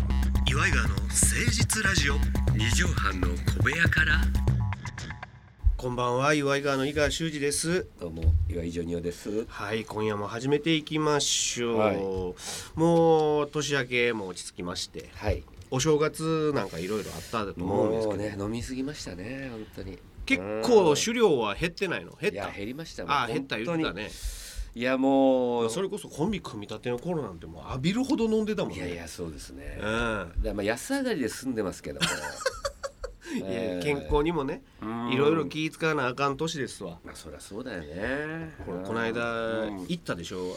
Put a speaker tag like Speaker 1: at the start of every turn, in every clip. Speaker 1: イガーの誠実ラジオ
Speaker 2: 二畳半の小部屋から
Speaker 1: こんばんは岩井川の井川修司です
Speaker 2: どうも岩井ジョニオです
Speaker 1: はい今夜も始めていきましょう、
Speaker 2: はい
Speaker 1: もう年明けも落ち着きまして
Speaker 2: はい
Speaker 1: お正月なんかいろいろあったと思うんです
Speaker 2: も
Speaker 1: け
Speaker 2: う
Speaker 1: ど、
Speaker 2: ね飲みすぎましたね本当に
Speaker 1: 結
Speaker 2: う
Speaker 1: 構
Speaker 2: ん
Speaker 1: 狩猟は減ってないの減っ
Speaker 2: い
Speaker 1: た
Speaker 2: や減りましたもん
Speaker 1: ああ減った言ってた
Speaker 2: 本当に
Speaker 1: ね
Speaker 2: いやもう
Speaker 1: それこそコンビ組み立ての頃なんてもう浴びるほど飲んでたもんね
Speaker 2: いやいやそうですね
Speaker 1: う
Speaker 2: だか
Speaker 1: ん
Speaker 2: らまあ安上がりで済んでますけども
Speaker 1: いやい
Speaker 2: え
Speaker 1: や
Speaker 2: ー
Speaker 1: 健康にもね
Speaker 2: うん
Speaker 1: いろいろ気ぃ使わなあかん年ですわ
Speaker 2: まあそりゃそうだよね
Speaker 1: ほら
Speaker 2: うん
Speaker 1: この間
Speaker 2: うん
Speaker 1: 行ったでしょあの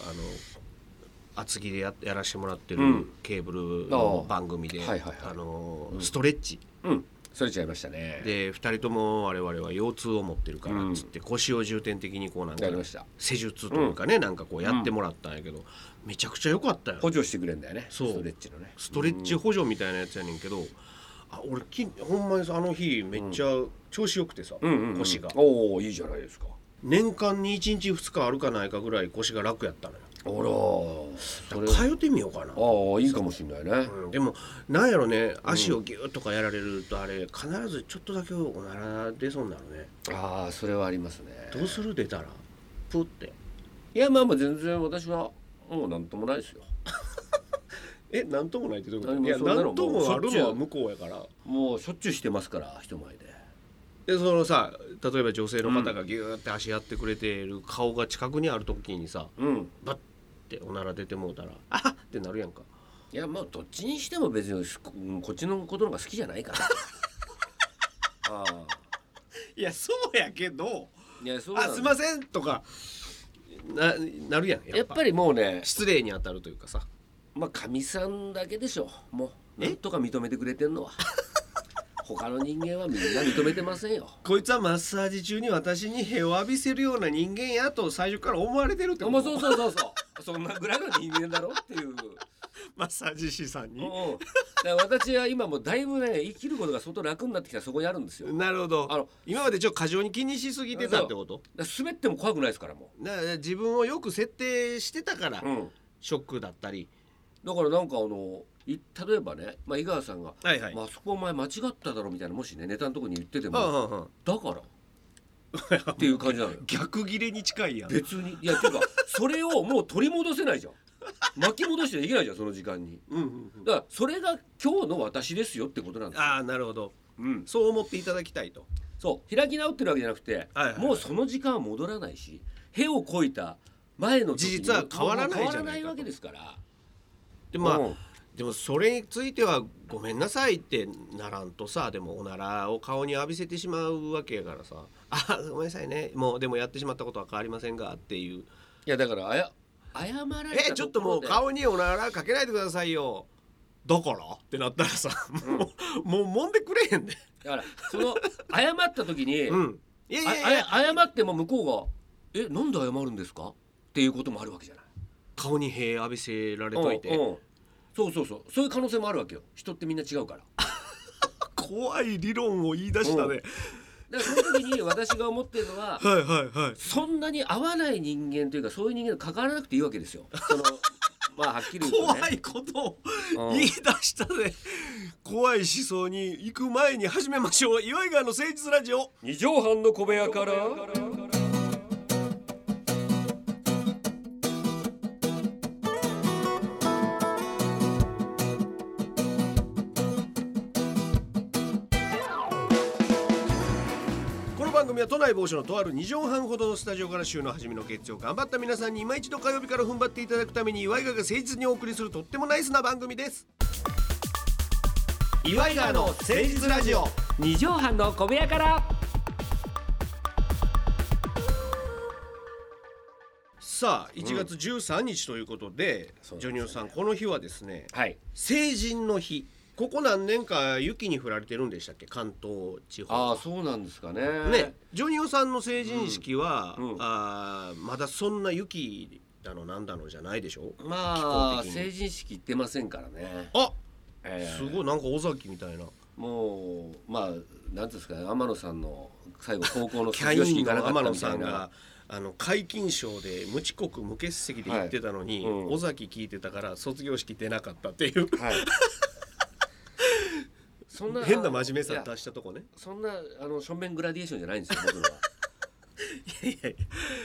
Speaker 1: 厚木でややらしてもらってる
Speaker 2: うん
Speaker 1: ケーブルの
Speaker 2: ああ
Speaker 1: 番組で、
Speaker 2: はいはいはい
Speaker 1: あのストレッチ
Speaker 2: うんそれちゃいましたね
Speaker 1: で2人とも我々は腰痛を持ってるからっつって腰を重点的にこうなんか
Speaker 2: やりました
Speaker 1: 施術というかね、なんかこうやってもらったんやけど、めちゃくちゃ良かったよ
Speaker 2: 補助してくれんだよね
Speaker 1: そう
Speaker 2: ストレッチのね
Speaker 1: ストレッチ補助みたいなやつやねんけど、あ俺きほんまにあの日めっちゃ調子よくてさ、
Speaker 2: うんうんうん
Speaker 1: 腰が
Speaker 2: おおいいじゃないですか
Speaker 1: 年間に1日2日あるかないかぐらい腰が楽やったのよ
Speaker 2: あらーそれ
Speaker 1: 通ってみようかな、
Speaker 2: ああいいかもしれないね
Speaker 1: うんでもなんやろね足をギュッとかやられるとあれ必ずちょっとだけおなら出そうになるね
Speaker 2: ああそれはありますね
Speaker 1: どうする出たらプって
Speaker 2: いやまあまあ全然私はもうなんともないですよ
Speaker 1: えなんともないってどういう
Speaker 2: あ
Speaker 1: こと
Speaker 2: もう
Speaker 1: いや
Speaker 2: そんなの
Speaker 1: なんと
Speaker 2: もう
Speaker 1: も
Speaker 2: し
Speaker 1: あ
Speaker 2: ょっ
Speaker 1: る
Speaker 2: ちゅう
Speaker 1: のは向こうやから
Speaker 2: もうしょっちゅうしてますから人前で
Speaker 1: でそのさ例えば女性の方がギューって足やってくれてる顔が近くにある時にさ
Speaker 2: うん
Speaker 1: バッておなら出てもうたら「あっ!」ってなるやんか
Speaker 2: いやまあどっちにしても別にすうんこっちのことの方が好きじゃないから ああ
Speaker 1: いやそうやけど
Speaker 2: いやそう
Speaker 1: あ
Speaker 2: なん
Speaker 1: すいませんとかななるやん
Speaker 2: やっぱりもうね
Speaker 1: 失礼に当たるというかさ
Speaker 2: まあかみさんだけでしょもう
Speaker 1: え
Speaker 2: なんとか認めてくれてんの は他の人間はみんな認めてま せんよ
Speaker 1: こいつはマッサージ中に私に屁を浴びせるような人間やと最初から思われてるって
Speaker 2: お
Speaker 1: こ
Speaker 2: 前
Speaker 1: と
Speaker 2: そうそうそうそうそんなぐらいの人間だろっていう
Speaker 1: マッサージ師さんに
Speaker 2: うんだから私は今もうだいぶね生きることが相当楽になってきたそこにあるんですよだか
Speaker 1: なるほど
Speaker 2: あの
Speaker 1: 今までちょっと過剰に気にしすぎてたってこと
Speaker 2: ら滑っても怖くないですからも
Speaker 1: だから自分をよく設定してたから、
Speaker 2: う、うん、
Speaker 1: ショックだったり
Speaker 2: だからなんかあのい例えばね、まあ、井川さんが「
Speaker 1: はい
Speaker 2: まあそこお前間違っただろ」みたいなもしねネタのとこに言ってて
Speaker 1: ああ
Speaker 2: も
Speaker 1: ああああ
Speaker 2: 「だから」っていう感じなのよ
Speaker 1: 逆切れに近いやん
Speaker 2: 別にいやていうかそれをもう取り戻せないじゃん巻き戻してはいけないじゃんその時間に
Speaker 1: うんうんうん
Speaker 2: だからそれが今日の私ですよってことなんですよ
Speaker 1: ああなるほど
Speaker 2: うん、
Speaker 1: そう思っていただきたいと
Speaker 2: そう開き直ってるわけじゃなくて、
Speaker 1: はいはいはい
Speaker 2: もうその時間は戻らないし屁をこいた前の時に
Speaker 1: 事実は変わらないじゃないかと
Speaker 2: 変わらないわけですから
Speaker 1: でまあ、
Speaker 2: うん
Speaker 1: でもそれについてはごめんなさいってならんとさでもおならを顔に浴びせてしまうわけやからさ「あごめんなさいねもうでもやってしまったことは変わりませんが」っていう
Speaker 2: いやだからあや謝
Speaker 1: 「
Speaker 2: られた
Speaker 1: えちょっともう
Speaker 2: ころで
Speaker 1: 顔におならかけないでくださいよ」だからってなったらさもう,、もう揉んでくれへんで、
Speaker 2: だからその 謝った時に、
Speaker 1: うん、いやい
Speaker 2: あ
Speaker 1: やいや
Speaker 2: あや謝っても向こうが「えなんで謝るんですか?」っていうこともあるわけじゃない。
Speaker 1: 顔に塀浴びせられといて、
Speaker 2: うんうんそうそうそうそういう可能性もあるわけよ人ってみんな違うから。
Speaker 1: 怖い理論を言い出したね、
Speaker 2: だからその時に 私が思ってるのは
Speaker 1: はいはいはい
Speaker 2: そんなに合わない人間というかそういう人間と関わらなくていいわけですよ。そのまあはっきり言うとね。
Speaker 1: 怖いことを
Speaker 2: うん
Speaker 1: 言い出したで怖い思想に行く前に始めましょう岩井川の誠実ラジオ
Speaker 2: 二畳半の小部屋から。
Speaker 1: この番組は都内某所のとある2畳半ほどのスタジオから週の初めの月曜頑張った皆さんに今一度火曜日から踏ん張っていただくために岩井川が誠実にお送りするとってもナイスな番組です岩井川の誠実ラジオ
Speaker 2: 二畳半の小部屋から。
Speaker 1: さあ1月13日ということで、
Speaker 2: そうです
Speaker 1: ジョ
Speaker 2: ね
Speaker 1: ニオさんこの日はですね
Speaker 2: はい。
Speaker 1: 成人の日ここ何年か雪に降られてるんでしたっけ関東地方
Speaker 2: ああそうなんですかね。
Speaker 1: ね。、ジョニオさんの成人式は、
Speaker 2: うんうん
Speaker 1: あーまだそんな雪だのなんだのじゃないでしょ
Speaker 2: まあ
Speaker 1: 気候的に
Speaker 2: 成人式行ってませんからね。
Speaker 1: あ
Speaker 2: えー
Speaker 1: すごいなんか尾崎みたいな
Speaker 2: もうまあなんていうんですかね天野さんの最後高校の
Speaker 1: キャ
Speaker 2: 卒業
Speaker 1: イ
Speaker 2: 式
Speaker 1: ン
Speaker 2: 行かな
Speaker 1: の
Speaker 2: かった
Speaker 1: 天野
Speaker 2: みた
Speaker 1: さ
Speaker 2: い
Speaker 1: ん
Speaker 2: な
Speaker 1: が。あの皆勤賞で無遅刻無欠席で行ってたのに、
Speaker 2: はいうん
Speaker 1: 尾崎聞いてたから卒業式出なかったっていう
Speaker 2: はい。 そんな
Speaker 1: 変な真面目
Speaker 2: い
Speaker 1: さ
Speaker 2: や
Speaker 1: 出したとこね
Speaker 2: そんなあの正面グラディエーションじゃないん ですよ僕のは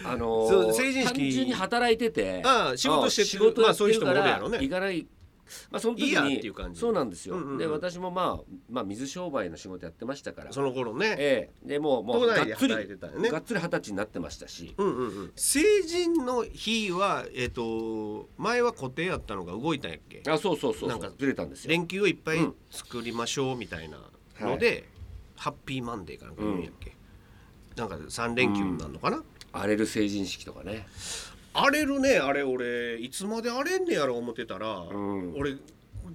Speaker 2: あの
Speaker 1: そう成人式
Speaker 2: 単純に働いてて
Speaker 1: ああ仕事してて
Speaker 2: 仕事やってる
Speaker 1: まあそういう人も
Speaker 2: か
Speaker 1: おるや
Speaker 2: ら
Speaker 1: ろね
Speaker 2: 行かないまあその時に
Speaker 1: いいやっていう感じ
Speaker 2: そうなんですよ、
Speaker 1: うんうんうん
Speaker 2: で私もまあまあ水商売の仕事やってましたから
Speaker 1: その頃 ね
Speaker 2: ええでもうもう
Speaker 1: 都
Speaker 2: がっ
Speaker 1: 内で
Speaker 2: つり、
Speaker 1: 働いてたよね
Speaker 2: がっつり二十歳になってましたし
Speaker 1: うんうんうん成人の日はえっ、と前は固定やったのが動いたんやっけ
Speaker 2: あそうそうそう
Speaker 1: な
Speaker 2: そ
Speaker 1: ん
Speaker 2: う
Speaker 1: か
Speaker 2: ずれたんですよ
Speaker 1: 連休をいっぱい
Speaker 2: うん
Speaker 1: 作りましょうみたいなので、ハッピーマンデーかなんか言うんやっけ、なんか3連休になるのかな、
Speaker 2: 荒れる成人式とかね
Speaker 1: 荒れるねあれ俺いつまで荒れんねやろ思ってたら、
Speaker 2: ん
Speaker 1: 俺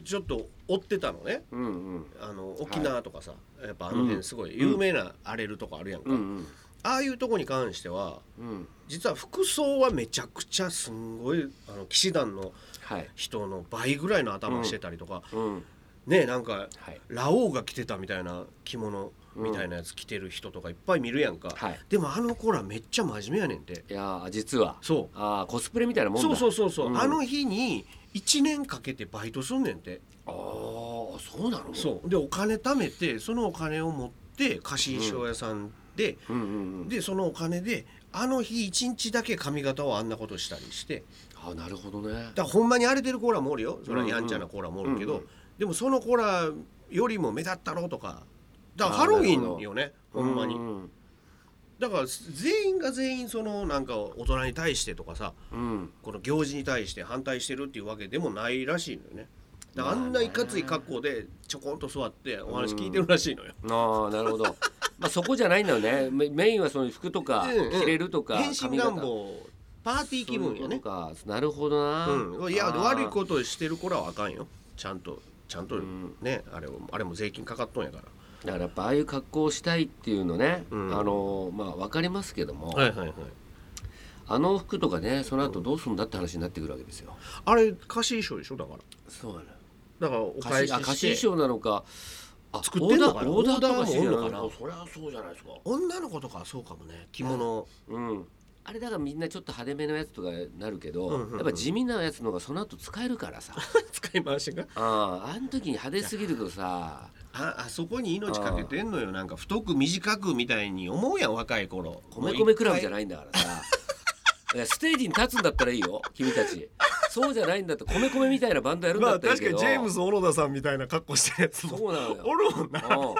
Speaker 1: ちょっと追ってたのね
Speaker 2: うんうん
Speaker 1: あの沖縄とかさ、やっぱあの辺すごい有名な荒れるとこあるやんか、
Speaker 2: うん
Speaker 1: ああいうとこに関しては
Speaker 2: うんうん
Speaker 1: 実は服装はめちゃくちゃすんごいあの騎士団の
Speaker 2: はい
Speaker 1: 人の倍ぐらいの頭してたりとか、
Speaker 2: うん
Speaker 1: ねなんか
Speaker 2: はい
Speaker 1: ラオウが着てたみたいな着物みたいなやつ着てる人とかいっぱい見るやんか、
Speaker 2: はい
Speaker 1: でもあの子らめっちゃ真面目やねんて
Speaker 2: いやー実は
Speaker 1: そう
Speaker 2: あーコスプレみたいなもんだ
Speaker 1: そうそうそうそう、
Speaker 2: うん
Speaker 1: あの日に1年かけてバイトすんねんて
Speaker 2: ああそうなの
Speaker 1: そうでお金貯めてそのお金を持って貸衣装屋さんで、
Speaker 2: ううんうんうん
Speaker 1: でそのお金であの日1日だけ髪型をあんなことしたりして
Speaker 2: あなるほどね
Speaker 1: だからほんまに荒れてる子らもおるよそれはやんちゃな子らもおるけど、
Speaker 2: うんうん
Speaker 1: でもその子らよりも目立ったろうとかだから
Speaker 2: あー
Speaker 1: ハロウィンよねほんまに、
Speaker 2: うんうん
Speaker 1: だから全員が全員そのなんか大人に対してとかさ
Speaker 2: うん
Speaker 1: この行事に対して反対してるっていうわけでもないらしいのよねだからあ
Speaker 2: まあね
Speaker 1: んないかつい格好でちょこんと座ってお話聞いてるらしいのよ、
Speaker 2: ああなるほど まあそこじゃないんだよねメメインはその服とか
Speaker 1: うんうん
Speaker 2: 着れるとか
Speaker 1: 変身願
Speaker 2: 髪型
Speaker 1: 望パーティー気分よね
Speaker 2: そういうことかなるほどな
Speaker 1: うんいや
Speaker 2: あー
Speaker 1: 悪いことしてる子らはあかんよちゃんとちゃんと
Speaker 2: ん
Speaker 1: ね、あれをあれも税金かかっとんやから
Speaker 2: だからやっぱああいう格好をしたいっていうのね、
Speaker 1: うん
Speaker 2: あのまあわかりますけども、
Speaker 1: はいはいはい
Speaker 2: あの服とかねその後どうすんだって話になってくるわけですよ。
Speaker 1: あれ貸衣装でしょだから
Speaker 2: そうなの。
Speaker 1: だからお返し
Speaker 2: 貸しあ貸し
Speaker 1: して
Speaker 2: 衣装なのか、あ
Speaker 1: 作ってんのかな
Speaker 2: オーダーオーダーと
Speaker 1: オーダーも
Speaker 2: かしてるのか
Speaker 1: あん
Speaker 2: な
Speaker 1: の。か
Speaker 2: そりゃそうじゃないですか。
Speaker 1: 女の子とかはそうかもね着物、
Speaker 2: うん。あれだからみんなちょっと派手めのやつとかなるけど、
Speaker 1: うんうんうん
Speaker 2: やっぱ地味なやつのがその後使えるか らさ。
Speaker 1: 使い回しが
Speaker 2: ああ、あの時に派手すぎるとさ、
Speaker 1: ああそこに命かけてんのよなんか太く短くみたいに思うやん若い頃
Speaker 2: 米米クラブじゃ
Speaker 1: ない
Speaker 2: ないんだからさ。いやステージに立つんだったらいいよ君たちそうじゃないんだって米米みたいなバンドやるんだったらいいけど、
Speaker 1: ス小野田さんみたいな格好してるやつ
Speaker 2: そうなのよ
Speaker 1: るもんな
Speaker 2: うん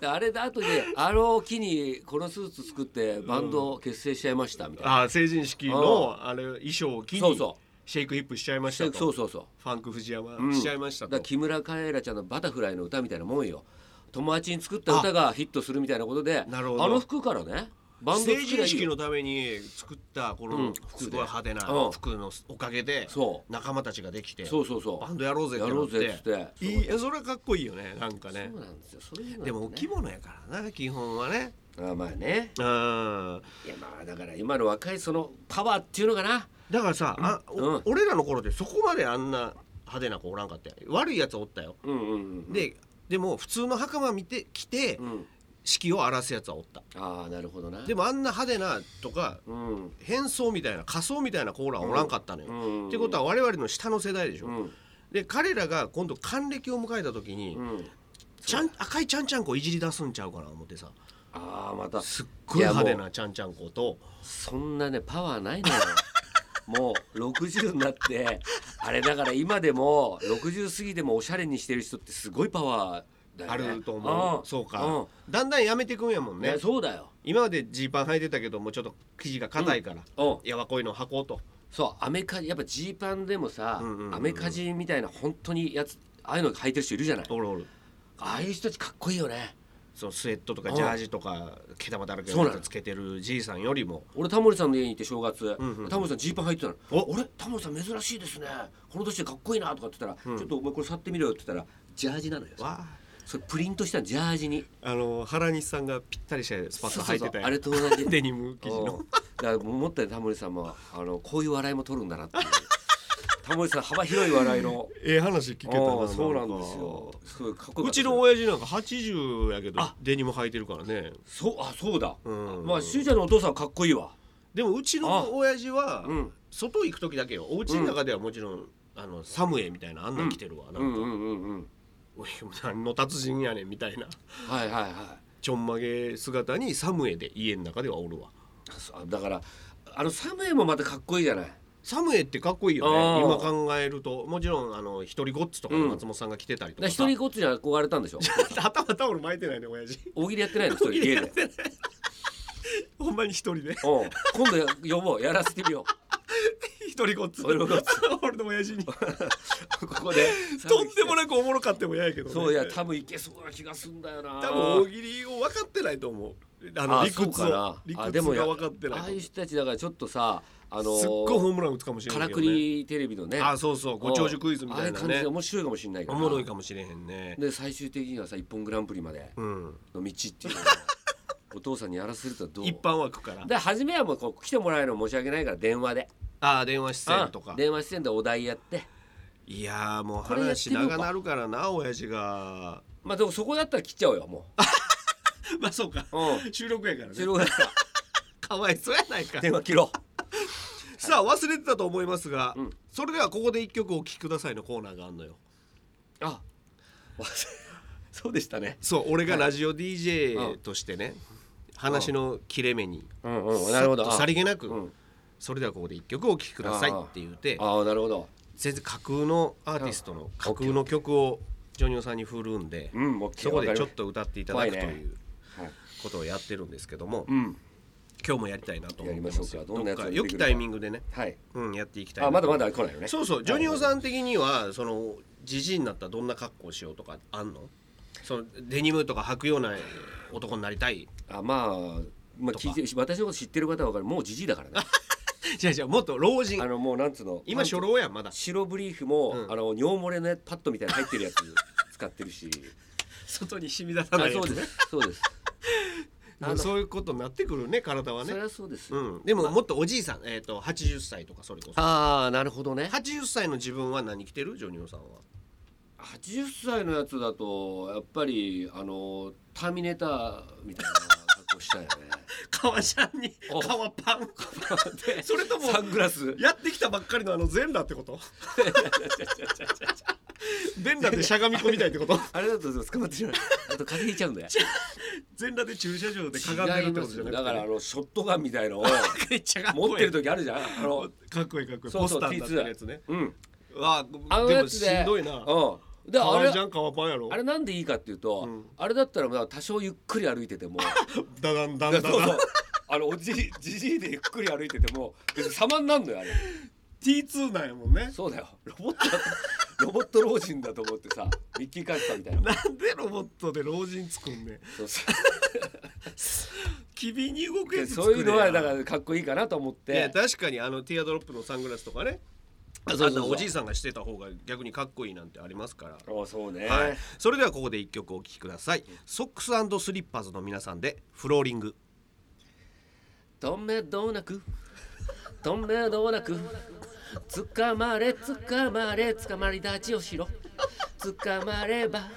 Speaker 2: であれで後であれを機にこのスーツ作ってバンドを結成しちゃいましたみたいな、
Speaker 1: あ成人式のあれ衣装を着に
Speaker 2: そうそ
Speaker 1: シェイクヒップしちゃいました
Speaker 2: そう
Speaker 1: と
Speaker 2: そうそうそう
Speaker 1: ファンク藤山
Speaker 2: ん
Speaker 1: しちゃいました
Speaker 2: だ
Speaker 1: と、
Speaker 2: から木村カエラちゃんの「バタフライ」の歌みたいなもんよ友達に作った歌がヒットするみたいなことであ
Speaker 1: なるほど
Speaker 2: の服からねバンド
Speaker 1: 成
Speaker 2: 作
Speaker 1: 人
Speaker 2: りゃいい
Speaker 1: 式
Speaker 2: よ
Speaker 1: のために作ったこ
Speaker 2: う
Speaker 1: の
Speaker 2: ん服です
Speaker 1: ごい派手な
Speaker 2: うん
Speaker 1: 服のおかげで
Speaker 2: そ
Speaker 1: 仲間たちができて
Speaker 2: そうそうそう
Speaker 1: バンドやろうぜって
Speaker 2: や
Speaker 1: な
Speaker 2: ろ
Speaker 1: っ
Speaker 2: うぜっつって
Speaker 1: ていいえそれはかっこいいよねなんかね
Speaker 2: そうなんですよそういうの、ね、
Speaker 1: でもお着物やからな基本はね
Speaker 2: あまあね
Speaker 1: うん
Speaker 2: いやまあだから今の若いそのパワーっていうのかな
Speaker 1: だからさ、あお
Speaker 2: うん
Speaker 1: 俺らの頃でそこまであんな派手な子おらんかったよ悪いやつはおったよ、
Speaker 2: うんうんうん
Speaker 1: ででも普通の袴見て着て
Speaker 2: うん
Speaker 1: 式を荒らすやつはおった
Speaker 2: ああなるほどな
Speaker 1: でもあんな派手なとか
Speaker 2: うん
Speaker 1: 変装みたいな仮装みたいなコーラはおらんかったのよ、
Speaker 2: うん
Speaker 1: ってことは我々の下の世代でしょ、
Speaker 2: うん
Speaker 1: で彼らが今度還暦を迎えた時に、
Speaker 2: うん
Speaker 1: ちゃん赤いちゃんちゃんこいじり出すんちゃうかな思ってさ
Speaker 2: ああまた
Speaker 1: すっごい
Speaker 2: いやもう
Speaker 1: 派手なちゃんちゃんこと
Speaker 2: そんなねパワーない のよもう60になってあれだから今でも60過ぎでもおしゃれにしてる人ってすごいパワーだ
Speaker 1: あ
Speaker 2: よね
Speaker 1: ると思う、
Speaker 2: ん
Speaker 1: そうか、だんだんやめてくんやもん
Speaker 2: うん
Speaker 1: ね
Speaker 2: ねそうだよ
Speaker 1: 今までジーパン履いてたけどもうちょっと生地が硬いから、
Speaker 2: うん
Speaker 1: やわこいのを履こうと
Speaker 2: そうアメカジやっぱジーパンでもさ
Speaker 1: うんうんうん
Speaker 2: アメカジみたいな本当にやつああいうの履いてる人いるじゃない
Speaker 1: おるおる
Speaker 2: ああいう人たちかっこいいよね
Speaker 1: そのスウェットとか
Speaker 2: うん
Speaker 1: ジャージとか毛玉だらけ
Speaker 2: そ
Speaker 1: の
Speaker 2: う
Speaker 1: や
Speaker 2: な
Speaker 1: つ
Speaker 2: の
Speaker 1: つけてるじいさんよりも
Speaker 2: 俺タモリさんの家にいて正月、
Speaker 1: んうんうん
Speaker 2: タモリさんジーパン入ってたの「
Speaker 1: お
Speaker 2: おれタモリさん珍しいですねこの年でかっこいいな」とかって言ったら、ちょっとお前これ触ってみろよ」って言ったらジャージなのよ
Speaker 1: わ
Speaker 2: それプリントしたジャージに
Speaker 1: あの原西さんがぴったりしてスパッツ
Speaker 2: そうそ
Speaker 1: 履
Speaker 2: う
Speaker 1: い
Speaker 2: そう
Speaker 1: てた
Speaker 2: あれ
Speaker 1: れ
Speaker 2: と同じ
Speaker 1: デニム 生地
Speaker 2: う
Speaker 1: の
Speaker 2: んだから思ったよタモリさんもあのこういう笑いも取るんだ なっていうタモリさん幅広い笑いの
Speaker 1: ええ話聞けたな
Speaker 2: うんそうなんですよすごいかっこよか
Speaker 1: う
Speaker 2: った
Speaker 1: ちの親父なんか80やけどデニム履いてるからね
Speaker 2: そうあそうだ、
Speaker 1: うん
Speaker 2: まあしゅうちゃんのお父さんかっこいいわ
Speaker 1: でもうちの親父は
Speaker 2: うん
Speaker 1: 外行く時だけよお家の中ではもちろんあのサムエみたいなあんなん着てるわなんか
Speaker 2: うんうんうん
Speaker 1: おい何の達人やねんみたいな
Speaker 2: はいはいはい
Speaker 1: ちょんまげ姿にサムエで家の中ではおるわ
Speaker 2: そうだからあのサムエもまたかっこいいじゃない
Speaker 1: サムエってかっこいいよ
Speaker 2: あ
Speaker 1: ね
Speaker 2: ー
Speaker 1: 今考えるともちろんあの一人ごっつとかの松本さんが来てたりと
Speaker 2: だ
Speaker 1: か
Speaker 2: 一
Speaker 1: さ、
Speaker 2: 人こっちに憧れた んでしょ
Speaker 1: 頭タオル巻いてないね親父
Speaker 2: 大喜利やってないの一人家で
Speaker 1: ほんまに一人で
Speaker 2: うん今度呼ぼうやらせてみよ
Speaker 1: 一人ごっつ
Speaker 2: 一人ごっ
Speaker 1: 俺の親父にと
Speaker 2: うここで
Speaker 1: んでもなくおもろかっても嫌やけど、ね、
Speaker 2: そういや多分いけそうな気がすんだよな
Speaker 1: 多分大喜利を分かってないと思うあの
Speaker 2: あ
Speaker 1: 理屈
Speaker 2: そうかな
Speaker 1: を理
Speaker 2: あ
Speaker 1: 屈
Speaker 2: でもや
Speaker 1: が分かってない
Speaker 2: あ
Speaker 1: と
Speaker 2: あ
Speaker 1: 思
Speaker 2: いう
Speaker 1: う
Speaker 2: 人たちだからちょっとさあのー
Speaker 1: すっごいホームラン打つかもしれ
Speaker 2: か
Speaker 1: な
Speaker 2: ら
Speaker 1: いけ
Speaker 2: く
Speaker 1: どね
Speaker 2: りテレビのね
Speaker 1: あそうそうご長寿クイズみたい
Speaker 2: あ
Speaker 1: な
Speaker 2: あいう感じ
Speaker 1: ね
Speaker 2: で面白いかもしれないか
Speaker 1: お
Speaker 2: ら
Speaker 1: もろいかもしれへんね
Speaker 2: で最終的にはさ一本グランプリまで
Speaker 1: うん
Speaker 2: の道ってい うのをお父さんにやらせるとはどう
Speaker 1: 一般枠から
Speaker 2: で初めはもうこう来てもらえるの申し訳ないから電話で
Speaker 1: ああ電話出演と
Speaker 2: う
Speaker 1: か
Speaker 2: ん電話出演でお題やって
Speaker 1: いやーもう
Speaker 2: これやって
Speaker 1: 話
Speaker 2: みようか
Speaker 1: 長なるからな親父が
Speaker 2: まあでもそこだったら切っちゃおうよも
Speaker 1: まあそうか
Speaker 2: うう
Speaker 1: 収録やから
Speaker 2: んそれだ ったら
Speaker 1: かわいそうやないか
Speaker 2: 電話切ろ
Speaker 1: さあ忘れてたと思いますが、
Speaker 2: うん
Speaker 1: それではここで一曲お聴きくださいのコーナーがあんのよ
Speaker 2: うあ忘れそうでしたね
Speaker 1: そう俺がラジオ
Speaker 2: う
Speaker 1: DJ
Speaker 2: ん
Speaker 1: としてね、話の切れ目に
Speaker 2: うん
Speaker 1: さっとさりげなく、
Speaker 2: うん
Speaker 1: それではここで一曲お聴きくださいっ
Speaker 2: あー
Speaker 1: て言うて
Speaker 2: ああなるほど
Speaker 1: 全然架空のアーティストの架空の曲をジョニオさんに振るんで、
Speaker 2: うんオッケー
Speaker 1: そこでちょっ
Speaker 2: わか
Speaker 1: と歌っていただくと
Speaker 2: 怖いね
Speaker 1: いう
Speaker 2: りましたはい
Speaker 1: ことをやってるんですけども、
Speaker 2: うん
Speaker 1: 今日もやりたいなと思ってますよ
Speaker 2: やりましょうかどんなやつ
Speaker 1: どっか
Speaker 2: が出て
Speaker 1: 良
Speaker 2: くる
Speaker 1: き
Speaker 2: か
Speaker 1: タイミングでね、
Speaker 2: はい
Speaker 1: うん、やっていきたいな
Speaker 2: あ
Speaker 1: と
Speaker 2: まだまだ来ないよね
Speaker 1: そうそうジョニオ
Speaker 2: ん
Speaker 1: さん的にはそのじじいになったらどんな格好をしようとかあんのそのデニムとか履くような男になりたい
Speaker 2: あまあまあ
Speaker 1: とか
Speaker 2: 聞いて私のこと知ってる方は分かるもうじじいだからね
Speaker 1: 違う違うもっと老人
Speaker 2: あのもうなんつうの
Speaker 1: 今初老やんまだ
Speaker 2: 白ブリーフも、
Speaker 1: うん
Speaker 2: あの尿漏れのやパッドみたいなの入ってるやつ使ってる し
Speaker 1: 外に染み出さな
Speaker 2: あ
Speaker 1: いや
Speaker 2: そ
Speaker 1: つ
Speaker 2: うですそうです
Speaker 1: もうそういうことになってくるね体は
Speaker 2: そり
Speaker 1: ね、
Speaker 2: ゃそうです
Speaker 1: う
Speaker 2: よ、
Speaker 1: ん、でももっとおじいさん、えー、と80歳とかそれこそ
Speaker 2: ああなるほどね
Speaker 1: 80歳の自分は何着てるジョニオさんは
Speaker 2: 80歳のやつだとやっぱりあのターミネーターみたいな格好したよね
Speaker 1: 革シャンに
Speaker 2: お
Speaker 1: 革パン
Speaker 2: で
Speaker 1: それとも
Speaker 2: サングラス
Speaker 1: やってきたばっかりのあの全裸ってこと 全裸でしゃがみ込みたいってこと
Speaker 2: あれだと捕まってしまうあと風邪ひいちゃうんだよ
Speaker 1: 全裸で駐車場でかがんでるってことじゃなくて、
Speaker 2: だからあのショットガンみたい のを
Speaker 1: めっちゃかっこいい
Speaker 2: 持ってる時あるじゃんあの
Speaker 1: かっこいいかっこいい
Speaker 2: そうそう
Speaker 1: ポスターになってるやつね
Speaker 2: うん
Speaker 1: わ
Speaker 2: あ
Speaker 1: あ
Speaker 2: の
Speaker 1: で
Speaker 2: や
Speaker 1: も
Speaker 2: つ
Speaker 1: し
Speaker 2: で
Speaker 1: んどいな
Speaker 2: うんであ
Speaker 1: 革ジ
Speaker 2: れ
Speaker 1: ャン革パンやろ
Speaker 2: あれなんでいいかっていうと、
Speaker 1: うん
Speaker 2: あれだったらまあ多少ゆっくり歩いてても
Speaker 1: だだんだん
Speaker 2: そ
Speaker 1: だ
Speaker 2: うん
Speaker 1: だ
Speaker 2: そ
Speaker 1: ん
Speaker 2: うあのおじいじじいでゆっくり歩いてても別に様になんのよあれ
Speaker 1: T2 なんやもんね
Speaker 2: そうだよロボットだと ロボット老人だと思ってさミッキーカースターみたいな
Speaker 1: なんでロボットで老人作んねん
Speaker 2: そうそ
Speaker 1: 機敏に動く
Speaker 2: う
Speaker 1: やつ
Speaker 2: そう
Speaker 1: 作
Speaker 2: い
Speaker 1: れ
Speaker 2: う
Speaker 1: や
Speaker 2: のはだからかっこいいかなと思っ
Speaker 1: いや
Speaker 2: て
Speaker 1: 確かにあのティアドロップのサングラスとかね
Speaker 2: あ
Speaker 1: あ
Speaker 2: そうそうそうん
Speaker 1: なおじいさんがしてた方が逆にかっこいいなんてありますから
Speaker 2: あそうね、
Speaker 1: はい、それではここで一曲お聴きくださいソックススリッパーズの皆さんでフローリング
Speaker 2: とめどなくとめどなくつかまれつかまれつかまり立ちをしろつかまれば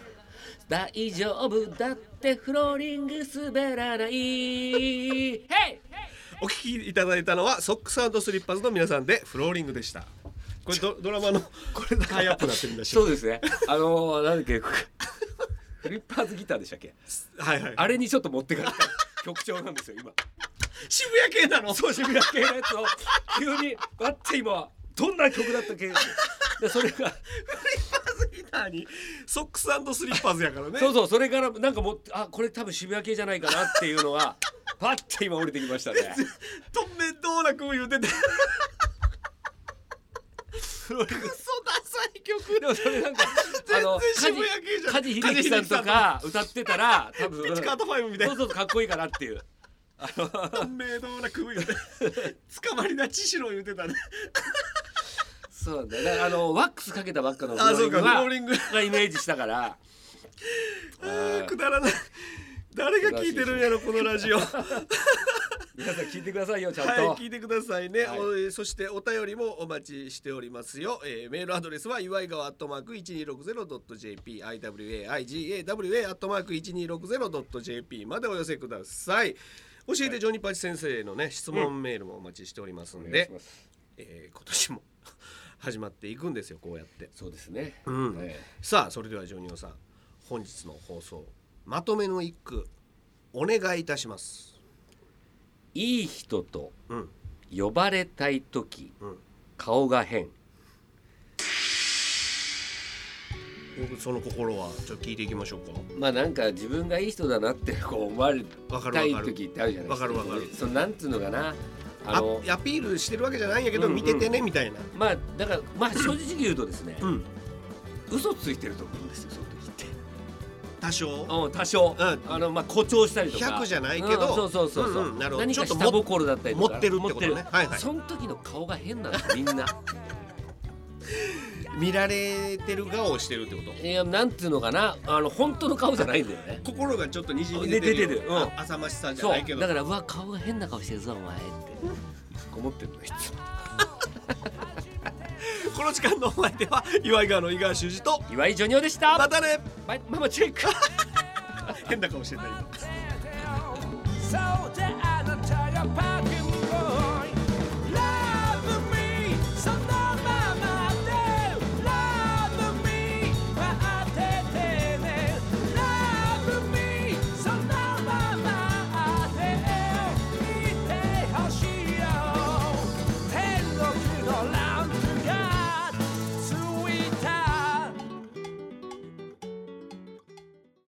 Speaker 2: 大丈夫だってフローリング滑らないヘイ
Speaker 1: お聴きいただいたのはソックススリッパーズの皆さんでフローリングでしたこれドドラマのこれだけハイアップなってるんだし
Speaker 2: そうですねあのー、なんだっけフリッパーズギターでしたっけ
Speaker 1: はいはい
Speaker 2: あれにちょっと持ってかれた曲調なんですよ今
Speaker 1: 渋谷系なの
Speaker 2: そう渋谷系のやつを急に「待って今どんな曲だったっけ?」でそれ が
Speaker 1: ギターにソックススリッパーズやからね
Speaker 2: そうそうそれからなんかもうあこれ多分渋谷系じゃないかなっていうのがパッて今降りてきましたね。
Speaker 1: とんめどうなく言う ててクソダサい曲
Speaker 2: でもそれなんか
Speaker 1: 全然渋谷系じゃない
Speaker 2: 梶梶秀樹さんとか歌ってたら多分
Speaker 1: ピチカートファイブみたい
Speaker 2: そ
Speaker 1: な
Speaker 2: うそうかっこいいかなっていう。
Speaker 1: とんめどうなく 言うて捕まり立ちしろ言うてたね
Speaker 2: そうだねだからあのワックスかけたばっかの
Speaker 1: あそうか
Speaker 2: フ
Speaker 1: フローリング
Speaker 2: がイメージしたから。
Speaker 1: あーくだらない誰が聞いてるんやろこのラジオは
Speaker 2: 皆さん聞いてくださいよちゃん
Speaker 1: い
Speaker 2: と。
Speaker 1: 聞いてくださいね、
Speaker 2: はい
Speaker 1: おえーそしてお便りもお待ちしておりますよ、えーメールアドレスは祝いがわアットマーク 1260.jp iwaigawa アットマーク 1260.jp までお寄せください教えてジョニパチ先生のね質問メールもお待ちしております
Speaker 2: お
Speaker 1: ん
Speaker 2: 願い
Speaker 1: で
Speaker 2: し、ます
Speaker 1: えー今年 も始まっていくんですよこうやって
Speaker 2: そうですね。
Speaker 1: うん
Speaker 2: はい
Speaker 1: さあそれではジョニオさん本日の放送まとめの一句お願いいたします
Speaker 2: いい人と
Speaker 1: うん
Speaker 2: 呼ばれたい時
Speaker 1: うん
Speaker 2: 顔が変
Speaker 1: 僕その心はちょっと聞いていきましょう
Speaker 2: まあなんか自分がいい人だなってこう思われ
Speaker 1: かわかる
Speaker 2: たい
Speaker 1: わかる
Speaker 2: 時ってあるじゃないですか
Speaker 1: わかるわかる
Speaker 2: そのなんつうのかなあ
Speaker 1: あ
Speaker 2: の
Speaker 1: アピールしてるわけじゃないんやけど、
Speaker 2: うんうん
Speaker 1: 見ててねみたいな
Speaker 2: まあだからまあ正直言うとですね、
Speaker 1: うん
Speaker 2: 嘘ついてると思うんですよその時って
Speaker 1: 多少
Speaker 2: うん多少、
Speaker 1: うん
Speaker 2: あのまあ誇張したりとか
Speaker 1: 100じゃないけど
Speaker 2: うんそうそうそうそう、
Speaker 1: うんうんなるほど
Speaker 2: 何か
Speaker 1: ちょっ
Speaker 2: 下
Speaker 1: とも
Speaker 2: 心だったりとか
Speaker 1: 持ってるってことね
Speaker 2: 持
Speaker 1: はいはい
Speaker 2: その時の顔が変なんですみんな
Speaker 1: 見られてる顔をしてるってこと
Speaker 2: いやなんていうのかなあの本当の顔じゃないんだよね
Speaker 1: 心がちょっとにじみ出てるよ
Speaker 2: 出てるうん
Speaker 1: あ浅ましさじゃ
Speaker 2: そ
Speaker 1: ないけ
Speaker 2: う
Speaker 1: ど
Speaker 2: だからうわ顔が変な顔してるぞお前って思ってるのいつも
Speaker 1: この時間のお相手は岩井川の井川修司と
Speaker 2: 岩井ジョニオでした
Speaker 1: またね
Speaker 2: バイママチェック
Speaker 1: 変な顔してた今